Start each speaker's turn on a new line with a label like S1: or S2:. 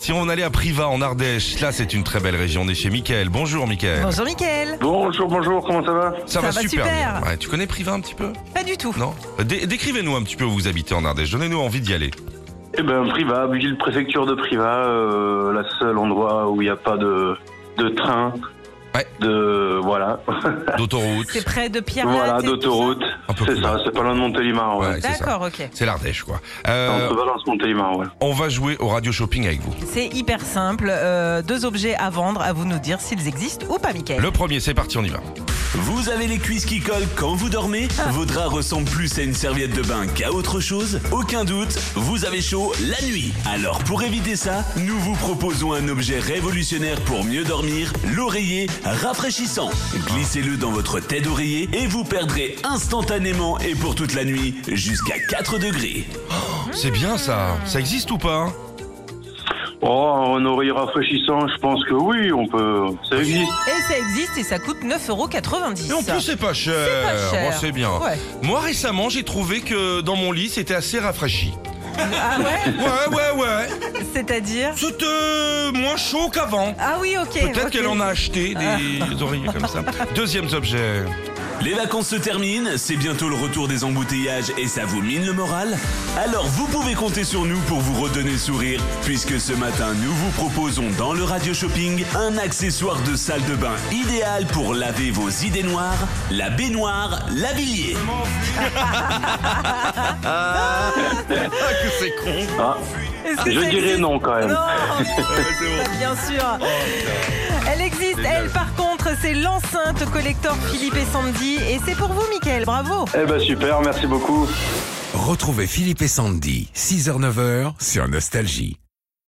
S1: Si on allait à Privas en Ardèche, là c'est une très belle région. On est chez Mickaël. Bonjour Mickaël.
S2: Bonjour Mickaël.
S3: Bonjour, bonjour, comment ça va
S1: Ça,
S2: Ça
S1: va,
S2: va
S1: super.
S2: super.
S1: bien. Ouais, tu connais Privas un petit peu
S2: Pas du tout.
S1: Non Dé- Décrivez-nous un petit peu où vous habitez en Ardèche. Donnez-nous envie d'y aller.
S3: Eh ben, Privas, ville préfecture de Privas, euh, la seule endroit où il n'y a pas de, de train.
S1: Ouais.
S3: De, voilà.
S1: D'autoroute.
S2: C'est près de Pierre.
S3: voilà, d'autoroute.
S1: Un peu
S3: C'est
S1: plus
S3: ça, c'est pas loin de Montélimar, ouais.
S1: Ouais, c'est ça.
S2: D'accord, ok.
S1: C'est l'Ardèche quoi. Euh,
S3: Entre Valence, Montélimar, ouais.
S1: on va jouer au radio shopping avec vous.
S2: C'est hyper simple. Euh, deux objets à vendre, à vous nous dire s'ils existent ou pas, Mickaël.
S1: Le premier, c'est parti, on y va.
S4: Vous avez les cuisses qui collent quand vous dormez Vos draps ressemblent plus à une serviette de bain qu'à autre chose Aucun doute, vous avez chaud la nuit. Alors pour éviter ça, nous vous proposons un objet révolutionnaire pour mieux dormir, l'oreiller rafraîchissant. Glissez-le dans votre tête d'oreiller et vous perdrez instantanément et pour toute la nuit jusqu'à 4 degrés.
S1: C'est bien ça. Ça existe ou pas hein
S3: Oh, un oreiller rafraîchissant, je pense que oui, on peut. Ça existe.
S2: Et ça existe et ça coûte 9,90€.
S1: Et en plus, c'est pas cher.
S2: pas cher.
S1: Bon, c'est bien.
S2: Ouais.
S1: Moi, récemment, j'ai trouvé que dans mon lit, c'était assez rafraîchi.
S2: Ah ouais
S1: Ouais, ouais, ouais.
S2: C'est-à-dire
S1: C'était moins chaud qu'avant.
S2: Ah oui, ok.
S1: Peut-être
S2: ok.
S1: qu'elle en a acheté des oreillers comme ça. Deuxième objet.
S4: Les vacances se terminent, c'est bientôt le retour des embouteillages et ça vous mine le moral Alors vous pouvez compter sur nous pour vous redonner le sourire, puisque ce matin nous vous proposons dans le Radio Shopping un accessoire de salle de bain idéal pour laver vos idées noires, la baignoire Lavillier.
S1: Ah, que c'est con.
S3: Ah,
S2: Est-ce que
S3: je
S2: ça
S3: dirais
S2: existe
S3: non quand même.
S2: Non, bien sûr.
S1: Oh,
S2: Elle existe, elle par contre, c'est l'enceinte collector Philippe et Sandy. Et c'est pour vous, Mickaël, bravo.
S3: Eh ben, super, merci beaucoup.
S5: Retrouvez Philippe et Sandy, 6h-9h sur Nostalgie.